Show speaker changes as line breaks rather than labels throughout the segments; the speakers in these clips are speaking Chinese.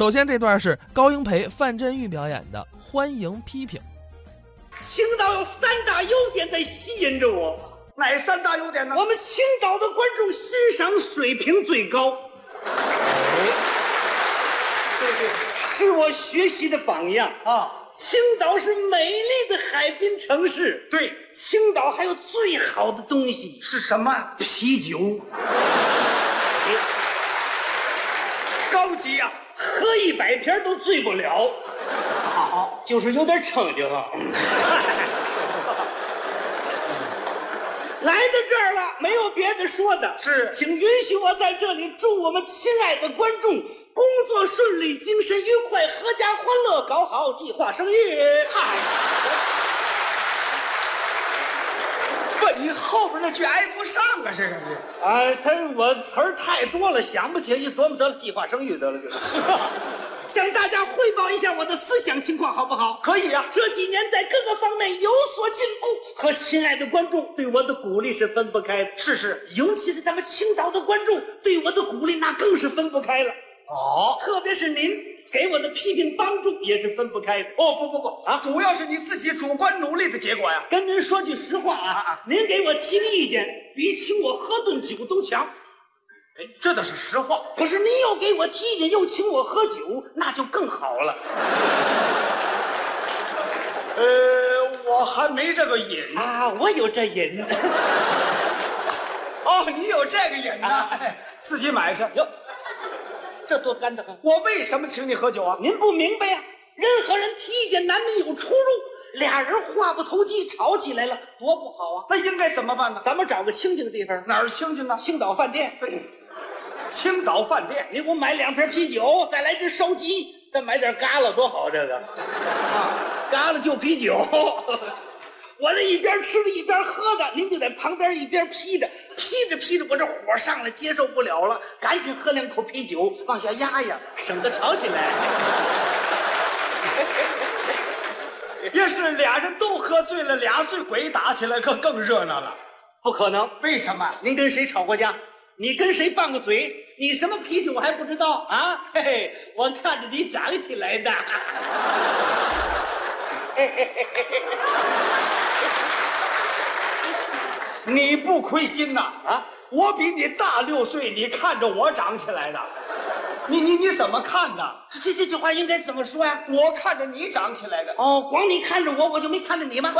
首先这段是高英培、范振钰表演的《欢迎批评》。
青岛有三大优点在吸引着我，
哪三大优点呢？
我们青岛的观众欣赏水平最高，
哎对对
是我学习的榜样。
啊，
青岛是美丽的海滨城市，
对，
青岛还有最好的东西
是什么？
——啤酒，
高级啊呀、
喝一百瓶都醉不了，
好，
就是有点啊撑的 哈。来到这儿了，没有别的说的，
是
请允许我在这里祝我们亲爱的观众工作顺利、精神愉快、阖家欢乐，搞好计划生育。嗨，
不，你后边那句挨不上啊，这个是。
哎，他我词儿太多了，想不起来，一琢磨得了，计划生育得了，就是。 向大家汇报一下我的思想情况，好不好？
可以呀、啊
这几年在各个方面有所进步，和亲爱的观众对我的鼓励是分不开的。
是是。
尤其是咱们青岛的观众对我的鼓励，那更是分不开了。
哦
特别是您给我的批评帮助，也是分不开的。
哦不不不啊，主要是你自己主观努力的结果呀。
跟您说句实话啊，
啊啊
您给我提的意见比请我喝顿酒都强。
哎，这倒是实话。
可是您又给我提意见，又请我喝酒，那就更好了。
呃，我还没这个瘾呢。
啊，我有这瘾。
哦，你有这个瘾呢、哎自己买去。
哟，这多干得很！
我为什么请你喝酒啊？
您不明白呀、任何人提意见难免有出入，俩人话不投机，吵起来了，多不好啊！
那应该怎么办呢？
咱们找个清静的地方，
哪儿清静呢？
青岛饭店，
青岛饭店。
你给我买两瓶啤酒，再来只烧鸡，再买点嘎啦，多好！这个，啊，嘎啦就啤酒。 我这一边吃着一边喝着，您就在旁边一边劈着，劈着劈着，我这火上来，接受不了了，赶紧喝两口啤酒往下压压，省得吵起来。
要是俩人都喝醉了，俩醉鬼打起来可更热闹了。
不可能，
为什么？
您跟谁吵过架？你跟谁拌过嘴？你什么脾气我还不知道啊？嘿嘿，我看着你长起来的。
你不亏心呐？啊，我比你大六岁，你看着我长起来的，你你你怎么看的？
这这这句话应该怎么说呀、
我看着你长起来的，
哦，光你看着我，我就没看着你吗？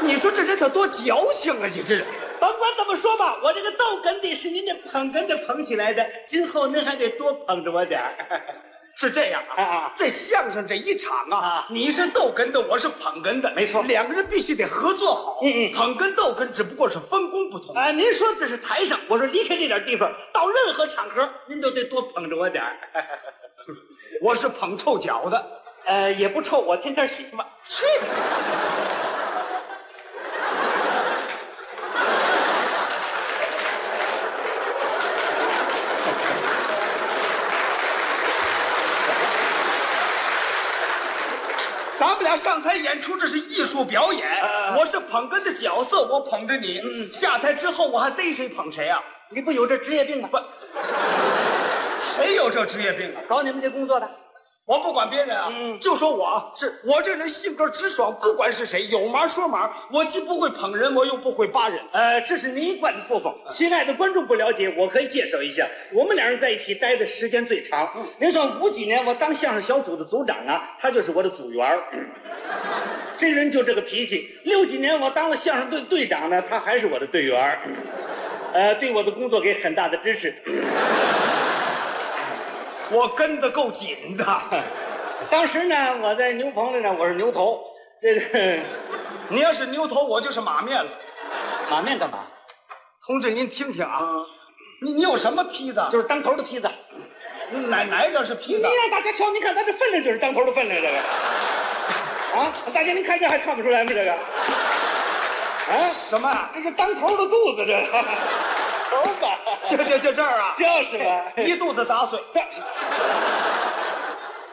你说这人可多矫情啊！你这人，
甭管怎么说吧，我这个逗哏的是您这捧哏的捧起来的，今后您还得多捧着我点儿。
是这样
啊
啊
啊？
这相声这一场啊
啊，
你是逗哏的，我是捧哏的，
没错
两个人必须得合作好。
嗯嗯
捧哏逗哏只不过是分工不同。
啊，您说这是台上，我说离开这点地方，到任何场合，您都得多捧着我点儿。
我是捧臭脚的，
呃，也不臭，我天天洗嘛。
去你的！咱们俩上台演出，这是艺术表演。
啊嗯
我是捧哏的角色，我捧着你。下台之后，我还逮谁捧谁啊？
你不有这职业病吗？
不，谁有这职业病啊？
搞你们这工作的，
我不管别人啊，
嗯
就说我啊，是我这人性格直爽，不管是谁，有毛说毛，我既不会捧人，我又不会扒人。
呃，这是您一贯的作风。亲爱的观众不了解，我可以介绍一下，我们俩人在一起待的时间最长。您算五几年，我当相声小组的组长啊，他就是我的组员 儿。这人就这个脾气。六几年我当了相声队队长呢，他还是我的队员儿。呃，对我的工作给很大的支持。
我跟得够紧的，
当时呢，我在牛棚里呢，我是牛头。这个
你要是牛头，我就是马面了。
马面干嘛？
同志，您听听啊，你你有什么坯子？啊
就是当头的坯子。
你哪哪一点是坯
你
子？啊
让大家瞧，您看咱这分量就是当头的分量，这个啊，大家您看这还看不出来吗？这个啊，
什么啊？
这是当头的肚子，这个头发
就就就这儿啊，
就是嘛。
一肚子杂碎。
这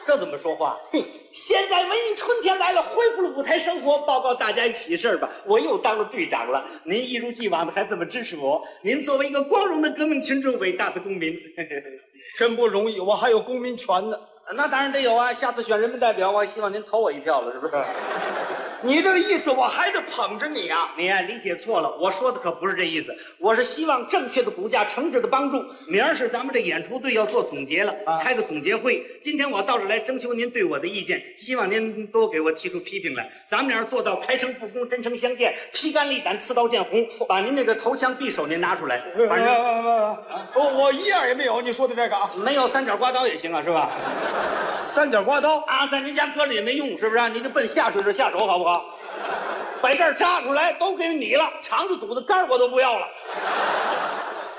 这怎么说话？哼，现在文艺春天来了，恢复了舞台生活。报告大家一喜事儿吧，我又当了队长了。您一如既往的还这么支持我，您作为一个光荣的革命群众，伟大的公民，
真不容易，我还有公民权呢。
那当然得有啊。下次选人民代表，我还希望您投我一票了，是不是？
你这个意思，我还得捧着你啊！
你呀、理解错了，我说的可不是这意思，我是希望正确的骨架，诚挚的帮助。明儿是咱们这演出队要做总结了，开个总结会。今天我到这儿来征求您对我的意见，希望您多给我提出批评来。咱们俩做到开诚布公，真诚相见，披肝沥胆，刺刀见红。把您那个头枪匕首您拿出来，
啊
反正
我我一样也没有。你说的这个啊，
没有三角刮刀也行啊，是吧？
三角刮刀，
啊，在您家搁着也没用，是不是、啊？你就奔下水这下手好不好？把这儿扎出来都给你了，肠子、肚子、肝儿我都不要了。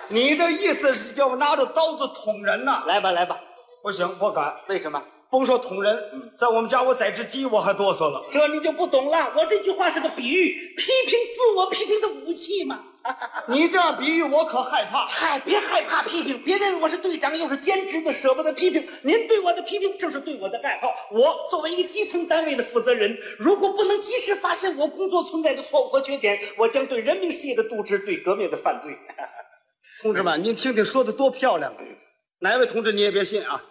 你这意思是叫我拿着刀子捅人呐、
来吧，来吧，
不行，不敢。
为什么？嗯
甭说捅人，在我们家我宰只鸡我还哆嗦了。
这你就不懂了。我这句话是个比喻，批评自我批评的武器嘛。啊
你这样比喻我可害怕。
嗨，别害怕批评，别认为我是队长，又是兼职的，舍不得批评。您对我的批评，正是对我的爱好。我作为一个基层单位的负责人，如果不能及时发现我工作存在的错误和缺点，我将对人民事业的渎职，对革命的犯罪。
同志们，您听听说的多漂亮啊！哪位同志你也别信啊！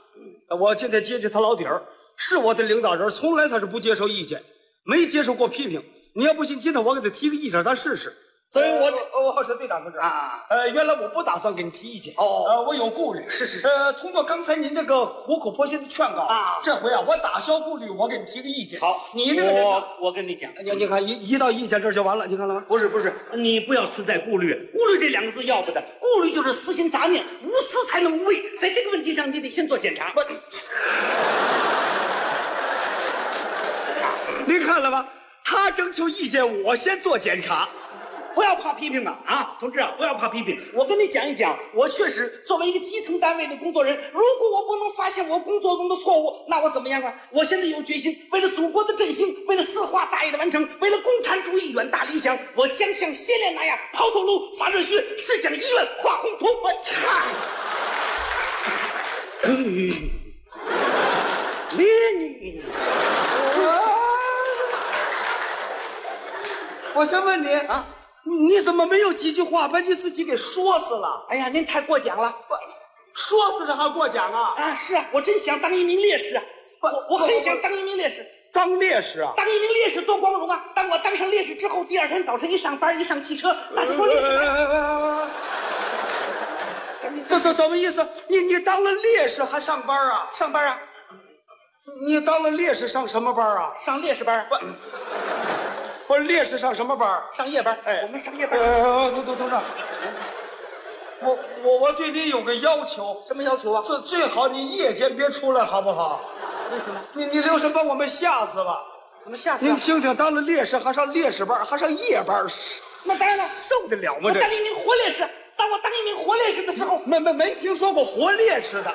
我今天揭揭他老底儿，是我的领导人，从来他是不接受意见，没接受过批评。你要不信，今天我给他提个意见，咱试试。
所以呃我
我我说队长同志
啊，
呃，原来我不打算给你提意见，
哦
呃，我有顾虑，
是是是
呃，通过刚才您这个苦口婆心的劝告
啊
这回啊，我打消顾虑，我给你提个意见。
好，
你这个人啊，
我我跟你讲，
你你看一一到意见这儿就完了，你看了吗？
不是不是，你不要存在顾虑，顾虑这两个字要不得，顾虑就是私心杂念，无私才能无畏。在这个问题上，你得先做检查。
您看了吗？他征求意见，我先做检查。
不要怕批评啊啊，同志啊，不要怕批评。我跟你讲一讲，我确实作为一个基层单位的工作人，如果我不能发现我工作中的错误，那我怎么样啊？我现在有决心，为了祖国的振兴，为了四化大业的完成，为了共产主义远大理想，我将像先烈那样抛头颅、洒热血，誓将一万画宏图。我操！你
我先问你啊，你你怎么没有几句话把你自己给说死了？
哎呀，您太过奖了。
说死这还过奖啊？
啊，是啊，我真想当一名烈士啊！
不
我我很想当一名烈士，
当烈士啊？
当一名烈士多光荣啊！当我当上烈士之后，第二天早晨一上班，一上汽车，大家说烈士
呃
来了，
这这什么意思？你你当了烈士还上班啊？
上班啊，
你当了烈士上什么班啊？
上烈士班啊，
不是烈士上什么班？
上夜班。
哎
我们上夜班，
呃，董董董事长，我我我对你有个要求，
什么要求啊？
最最好你夜间别出来，好不好？
为什么？
你你留神把我们吓死了。
我们下次啊、
您听听，当了烈士还上烈士班，还上夜班，
那当然了，
受得了吗？
我
这嗯
当一名活烈士。当我当一名活烈士的时候，
没没没听说过活烈士的，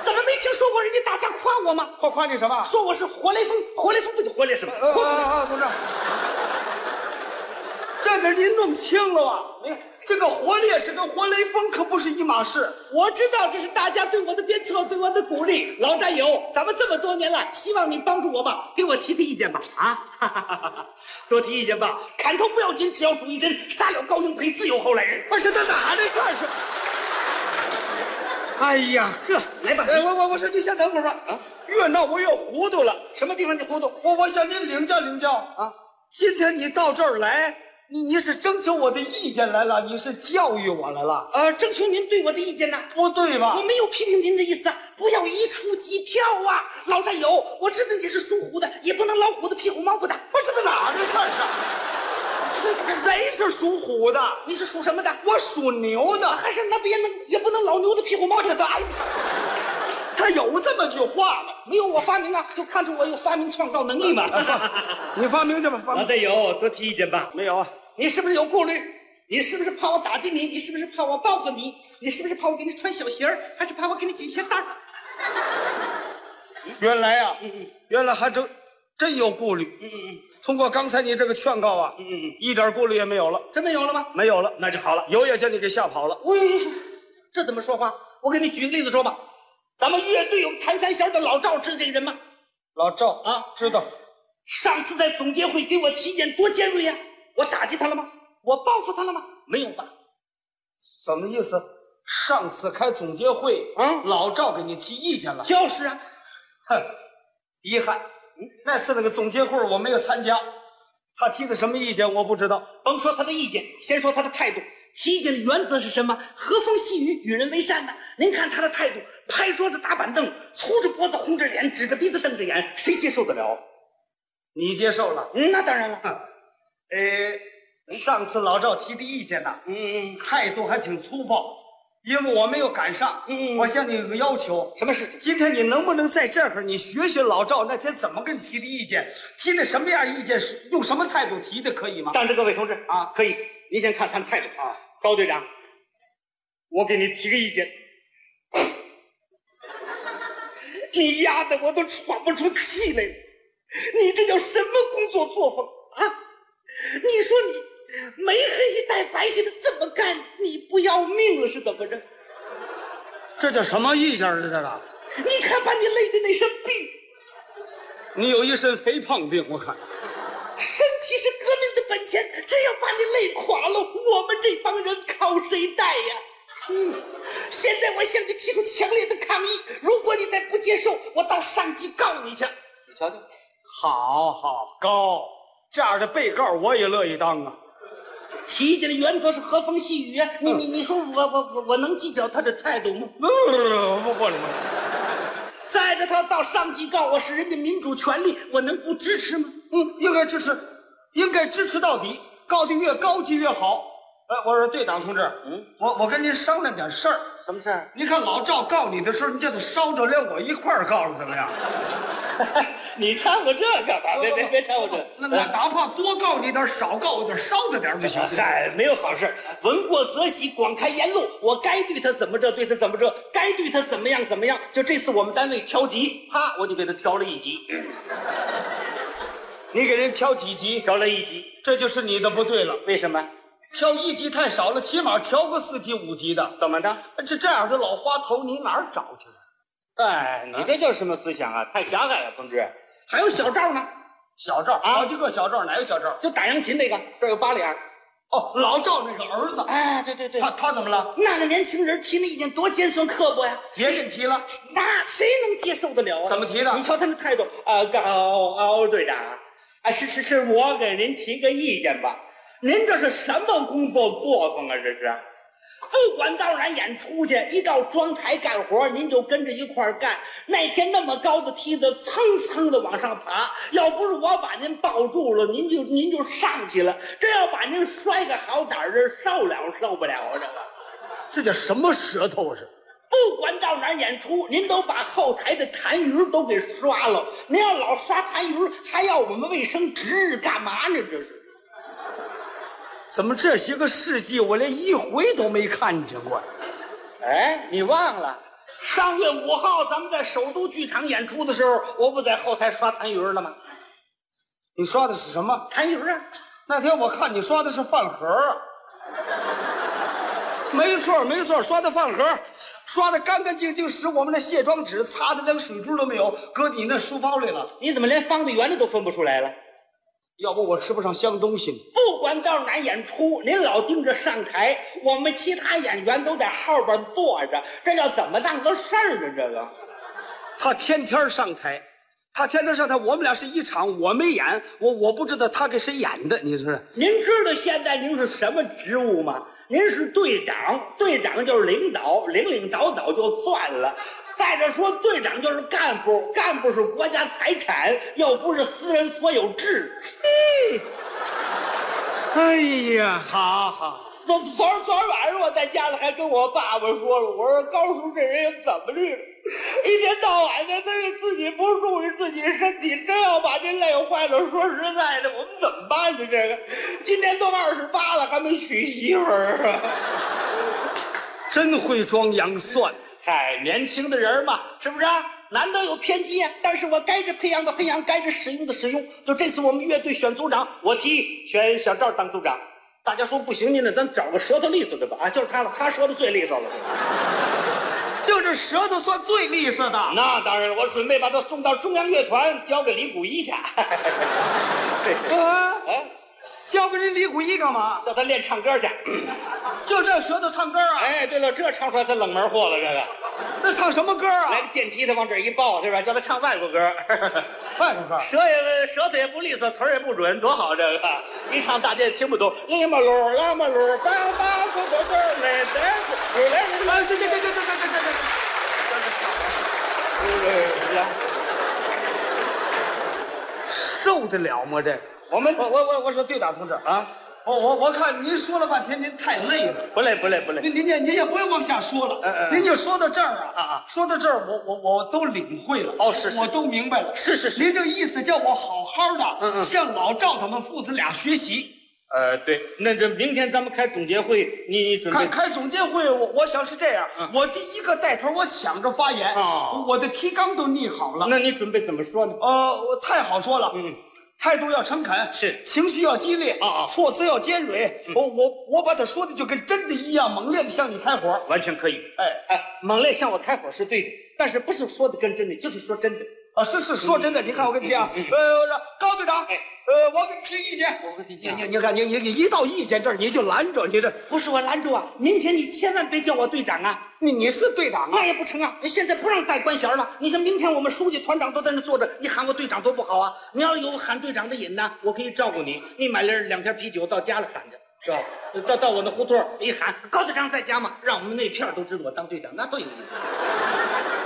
怎么没听说过人家大家夸我吗？
夸夸你什么？
说我是活雷锋，活雷锋不就活烈士吗？
啊
活
啊啊！董事长， 这点您弄清了吧？您这个活烈士跟活雷锋可不是一码事。
我知道这是大家对我的鞭策，对我的鼓励。老战友，咱们这么多年了，希望你帮助我吧，给我提提意见吧，啊，多提意见吧。砍头不要紧，只要主义真，杀了高英培，自有后来人。
而且他哪的事儿是？哎呀呵，
来吧
哎我我我说你先等会儿吧。啊，越闹我越糊涂了。
什么地方你糊涂？
我我向您领教领教啊！今天你到这儿来，你你是征求我的意见来了，你是教育我来了，
呃，征求您对我的意见呐、
不对吧
我？没有批评您的意思啊，不要一触即跳啊，老战友，我知道你是属虎的，也不能老虎的屁股猫不打。
我啊这都哪儿的事儿是？谁是属虎的？
你是属什么的？
我属牛的。
还是那别能也不能老牛的屁股猫着打。哎
他有这么句话吗？
没有我发明啊，就看出我有发明创造能 力嘛。
啊你发明去吧，发
老
明。
战友，多提意见吧。
啊没有啊？
你是不是有顾虑？你是不是怕我打击你？你是不是怕我报复你？你是不是怕我给你穿小鞋儿？还是怕我给你系鞋带儿？
原来啊，原来还真真有顾虑。嗯嗯通过刚才你这个劝告啊，嗯嗯，一点顾虑也没有了，
真没有了吗？
没有了，
那就好了。
油也将你给吓跑了。
喂，这怎么说话？我给你举个例子说吧。咱们乐队有弹三弦的老赵知道这个人吗？
老赵
啊
知道
上次在总结会给我体检多尖锐呀、我打击他了吗？我报复他了吗？没有吧？
什么意思？上次开总结会，
嗯
老赵给你提意见了，
就是啊，
哼，遗憾，那次那个总结会我没有参加，他提的什么意见我不知道。
甭说他的意见，先说他的态度。体检的原则是什么？和风细雨，与人为善呐。您看他的态度，拍桌子打板凳，粗着脖子红着脸，指着鼻子瞪着眼，谁接受得了？
你接受了？
嗯，那当然了。
呃，上次老赵提的意见呐，
嗯，
态度还挺粗暴，因为我没有赶上。
嗯
我向你有个要求，
什么事情？
今天你能不能在这儿你学学老赵那天怎么跟你提的意见，提的什么样意见，用什么态度提的，可以吗？
当着各位同志
啊
可以。您先看他的态度
啊，
高队长，我给你提个意见。 你丫的，我都喘不出气来了！你这叫什么工作作风啊？你说你没黑心带白心的这么干，你不要命了是怎么着？
这叫什么意见啊？这个，
你看把你累的那身病，
你有一身肥胖病，我看。
身体是革命的本钱，真要把你累垮了，我们这帮人靠谁带呀？现在我向你提出强烈的抗议，如果你再不接受，我到上级告你去。你瞧瞧，
好好高，这样的被告我也乐意当啊。
提意见的原则是和风细雨啊，你你你说我我我我能计较他这态度吗？
不不不不，
再者，他到上级告我是人家民主权利，我能不支持吗？
嗯，应该支持，应该支持到底，告得越高级越好。哎，我说队长同志，嗯，我我跟您商量点事儿。
什么事儿？
您看老赵告你的时候，你叫他捎着连我一块儿告了，怎么样？
你掺和这个吧，别别别掺和这个。
那我哪怕多告你点儿，少告我点儿，捎着点儿就行。
嗨，没有好事儿，闻过则喜，广开言路。我该对他怎么着，对他怎么着，该对他怎么样怎么样。就这次我们单位调级，啪，我就给他调了一级，
你给人挑几级，
调了一级。
这就是你的不对了。
为什么？
挑一级太少了，起码调个四级五级的。
怎么的？
这这样的老花头，你哪儿找去？
哎，你这叫什么思想啊？太狭隘了，同志。还有小赵呢，
小赵，
啊
好几个小赵，哪个小赵？
就打洋琴那个，这儿有八两。
哦，老赵那个儿子，
哎，对对对
他他怎么了？
那个年轻人提那意见多尖酸刻薄呀！
别给你提了，
那谁能接受得了啊？
怎么提的
你瞧他那态度，啊，高高队长，啊，是是是，我给您提个意见吧。您这是什么工作作风啊？这是，不管到哪儿演出去，一到装台干活，您就跟着一块儿干。那天那么高的梯子，蹭蹭的往上爬，要不是我把您抱住了，您就您就上去了。这要把您摔个好歹儿，这受了受不了啊这个。
这叫什么舌头啊是？
不管到哪儿演出，您都把后台的痰盂都给刷了。您要老刷痰盂，还要我们卫生纸干嘛呢？这是
怎么这些个事迹我连一回都没看见过呀？
哎，你忘了，上月五号咱们在首都剧场演出的时候，我不在后台刷痰盂了吗？
你刷的是什么？
痰盂啊，
那天我看你刷的是饭盒儿。没错没错，刷的饭盒儿，刷的干干净净，使我们那卸妆纸擦的连水珠都没有，搁你那书包里了。
你怎么连方的圆的都分不出来了？
要不我吃不上香东西呢。
不管到哪儿演出，您老盯着上台，我们其他演员都在后边坐着，这要怎么当个事儿呢？这个。
他天天上台，他天天上台，我们俩是一场，我没演，我我不知道他给谁演的，你说
您知道现在您是什么职务吗？您是队长，队长就是领导，领领导导就算了。再者说，队长就是干部，干部是国家财产，又不是私人所有制。
哎呀，好好，
昨昨儿昨儿晚上我在家里还跟我爸爸说了，我说高叔这人也怎么的，一天到晚的，他是自己不注意自己身体，真要把这累坏了。说实在的，我们怎么办呢？这个，今年都二十八了，还没娶媳妇儿啊。
真会装洋蒜。
嗨，哎年轻的人嘛，是不是、啊？难得有偏激呀、啊但是我该这培养的培养，该这使用的使用。就这次我们乐队选组长，我提议选小赵当组长。大家说不行，您呢？咱找个舌头利索的吧？啊，就是他了，他说的最利索了。
就这舌头算最利索的。
那当然了，我准备把他送到中央乐团，交给李谷一去。
啊，
哎，
交给人李谷一干嘛？
叫他练唱歌去。
就这舌头唱歌啊？
哎，对了，这唱出来才冷门货了。这个，
那唱什么歌啊
来？个电吉他往这一抱，对吧？叫他唱外国歌，
外国歌。
舌也舌头也不利索，词儿也不准，多好！这个一唱大家也听不懂。哩嘛噜啦嘛噜，梆梆咕嘟嘟嘞，来噜来噜
啊，这这这这这这这这，
噜来。
受得了吗？这个？
我们
我我我我说队长同志啊，
啊，
我我我看您说了半天，您太累了。
不累不累不累。
您您也您也不用往下说了，
嗯嗯
您就说到这儿啊，
啊啊
说到这儿，我我我都领会了，
哦是是
我都明白了，
是是是
您这个意思叫我好好的，
嗯嗯
向老赵他们父子俩学习。
呃，对，那这明天咱们开总结会，你你准
开
备
开总结会，我我想是这样，我第一个带头，我抢着发言，
哦
我的提纲都拟好了，
那你准备怎么说呢？
呃，我太好说了，
嗯。
态度要诚恳，
是
情绪要激烈
啊啊嗯
措辞要尖锐。我我我把他说的就跟真的一样，猛烈的向你开火。
完全可以。
哎
哎，猛烈向我开火是对的，但是不是说的跟真的，就是说真的。
啊，是是，说真的，你看我跟你提啊，
嗯
呃，高队长，
哎
呃，我给你提意见，
我给你提
你
啊
你你看你你你一到意见这儿你就拦着，你这
不是我拦住啊，明天你千万别叫我队长啊，
你你是队长啊
那？也不成啊。你现在不让带官衔了，你像明天我们书记、团长都在那坐着，你喊我队长多不好啊。你要有喊队长的瘾呢，我可以照顾你。你买了两瓶啤酒到家了喊去。是吧？到到我那胡同儿一喊，高队长在家吗？让我们那片儿都知道我当队长，那多有意思！啊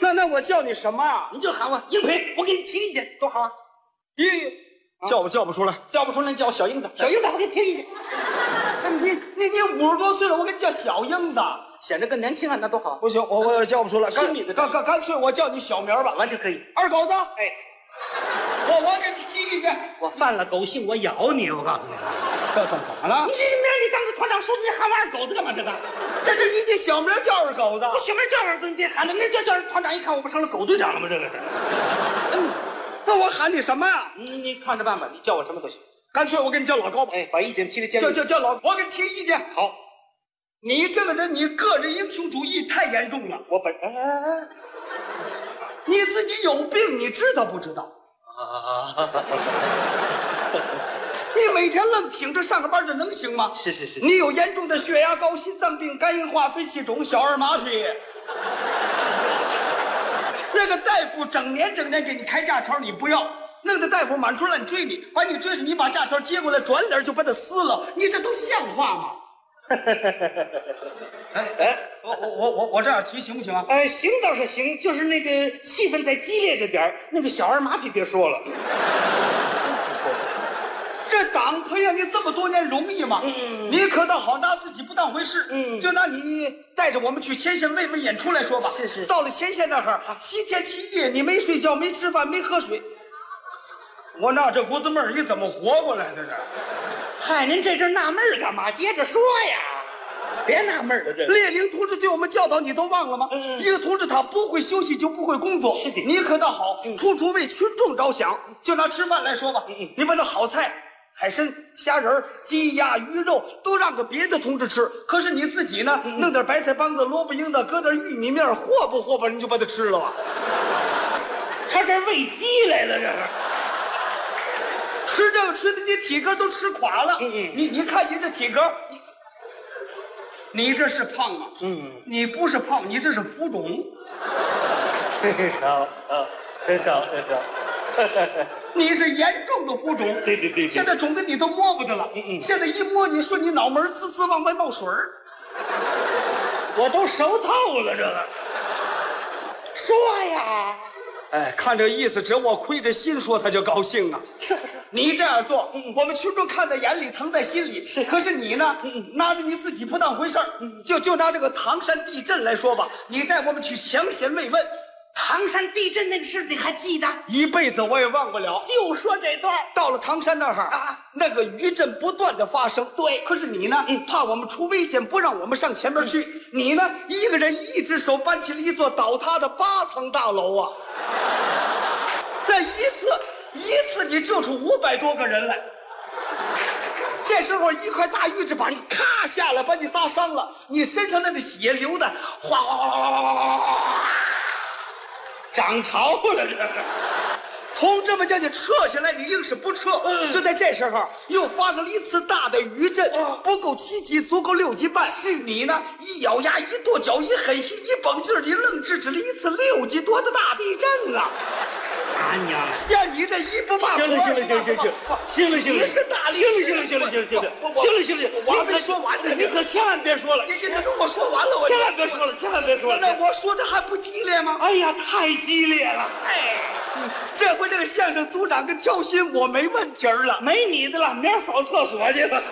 那那我叫你什么啊？
你就喊我英培，我给你提意见，多好啊！
你叫啊我叫不出来。
叫不出来，你叫我小英子，小英子，我给你提意见，
你你你五十多岁了，我给你叫小英子，
显得更年轻啊，那多好啊！
不行，我我也叫不出来。
呃亲你的
干干干脆我叫你小名儿吧，
完全可以。
二狗子，
哎，
我我给你提意见。
我犯了狗性，我咬你！我告诉你，啊
这怎怎么了
你？这名儿你当着团长书记喊我二狗子干嘛？这个，
这这一你小名叫二狗子，
我小名叫儿子，你别喊了，那叫叫团长一看我不成了狗队长了吗？这个是，
嗯那我喊你什么呀？
你你看着办吧，你叫我什么都行。
干脆我给你叫老高吧，
哎，把意见提了，
叫叫叫老，我给你提意见。
好，
你这个人，你个人英雄主义太严重了，
我本哎哎哎
你自己有病，你知道不知道？
啊
你每天愣挺着上个班，这能行吗？
是是是，
你有严重的血压高、心脏病、肝硬化、肺气肿、小儿麻痹。那个大夫整年整年给你开假条，你不要，弄得大夫满处乱追你，把你追上，你把假条接过来，转脸就把它撕了，你这都像话吗？ 哎哎，我我我我我这样提行不行啊？
呃，行倒是行，就是那个气氛再激烈着点儿那个小儿麻痹别说了。
这党培养你这么多年容易吗？你可倒好拿自己不当回事。
嗯
就拿你带着我们去前线慰问演出来说吧，
是啊是
到了前线那儿，七天七夜你没睡觉、没吃饭、没喝水，我纳这股子闷儿，你怎么活过来的这？
嗨，您这阵纳闷儿干嘛？接着说呀，别纳闷儿 了，这个
列宁同志对我们教导你都忘了吗？
嗯
一个同志他不会休息就不会工作。
是的
你可倒好，处处为群众着想。就拿吃饭来说吧，
嗯
你把那好菜、海参、虾仁儿、鸡鸭鱼肉都让给别的同志吃，可是你自己呢，
嗯
弄点白菜帮子、萝卜缨子，搁点玉米面，和吧和吧，你就把它吃了吧。
他这喂鸡来了，这是。
吃这个吃的，你体格都吃垮了。
嗯嗯
你你看你这体格，你你这是胖啊。
嗯，
你不是胖，你这是浮肿。
很少啊，很少很少。
你是严重的浮肿，
对对对对
现在肿的你都摸不得了，嗯嗯，现在一摸你顺你脑门儿滋滋往外冒水儿，
我都熟透了，这个。说呀，
哎，看这意思，只要我亏着心说，他就高兴啊。
是不是？
你这样做，
嗯
我们群众看在眼里，疼在心里。是，可是你呢，
嗯
拿着你自己不当回事儿。就就拿这个唐山地震来说吧，你带我们去前线慰问，
唐山地震那个事你还记得？
一辈子我也忘不了。
就说这段儿
到了唐山那儿
啊
那个余震不断的发生。
对
可是你呢？怕我们出危险，不让我们上前面去。你呢？一个人一只手搬起了一座倒塌的八层大楼啊！这一次，一次你救出五百多个人来。这时候一块大玉子把你咔下来，把你砸伤了，你身上那个血流的哗哗哗哗哗哗哗哗哗，
涨潮了这是。
同志们叫你撤下来，你硬是不撤。
嗯
就在这时候，又发生了一次大的余震，
哦
不够七级，足够六级半。是你呢，一咬牙，一跺脚，一狠心，一绷劲儿，你愣制止了一次六级多的大地震啊！
啊娘！
像你这一不怕火，
行了行了
你怕
行行
什
行
么火
行了行了，
你是大力士，啊
行了行了行了行了
我
行了行了行了，
我我
你
还没
可
说完呢，
你可千万别说了
你，你你我说完了，我
千万别说了，千万别说
那
了。
我说的还不激烈吗？
哎呀，太激烈了，
哎，这回这个相声组长跟挑心，我没问题儿了。
没你的了，明儿扫厕所去吧。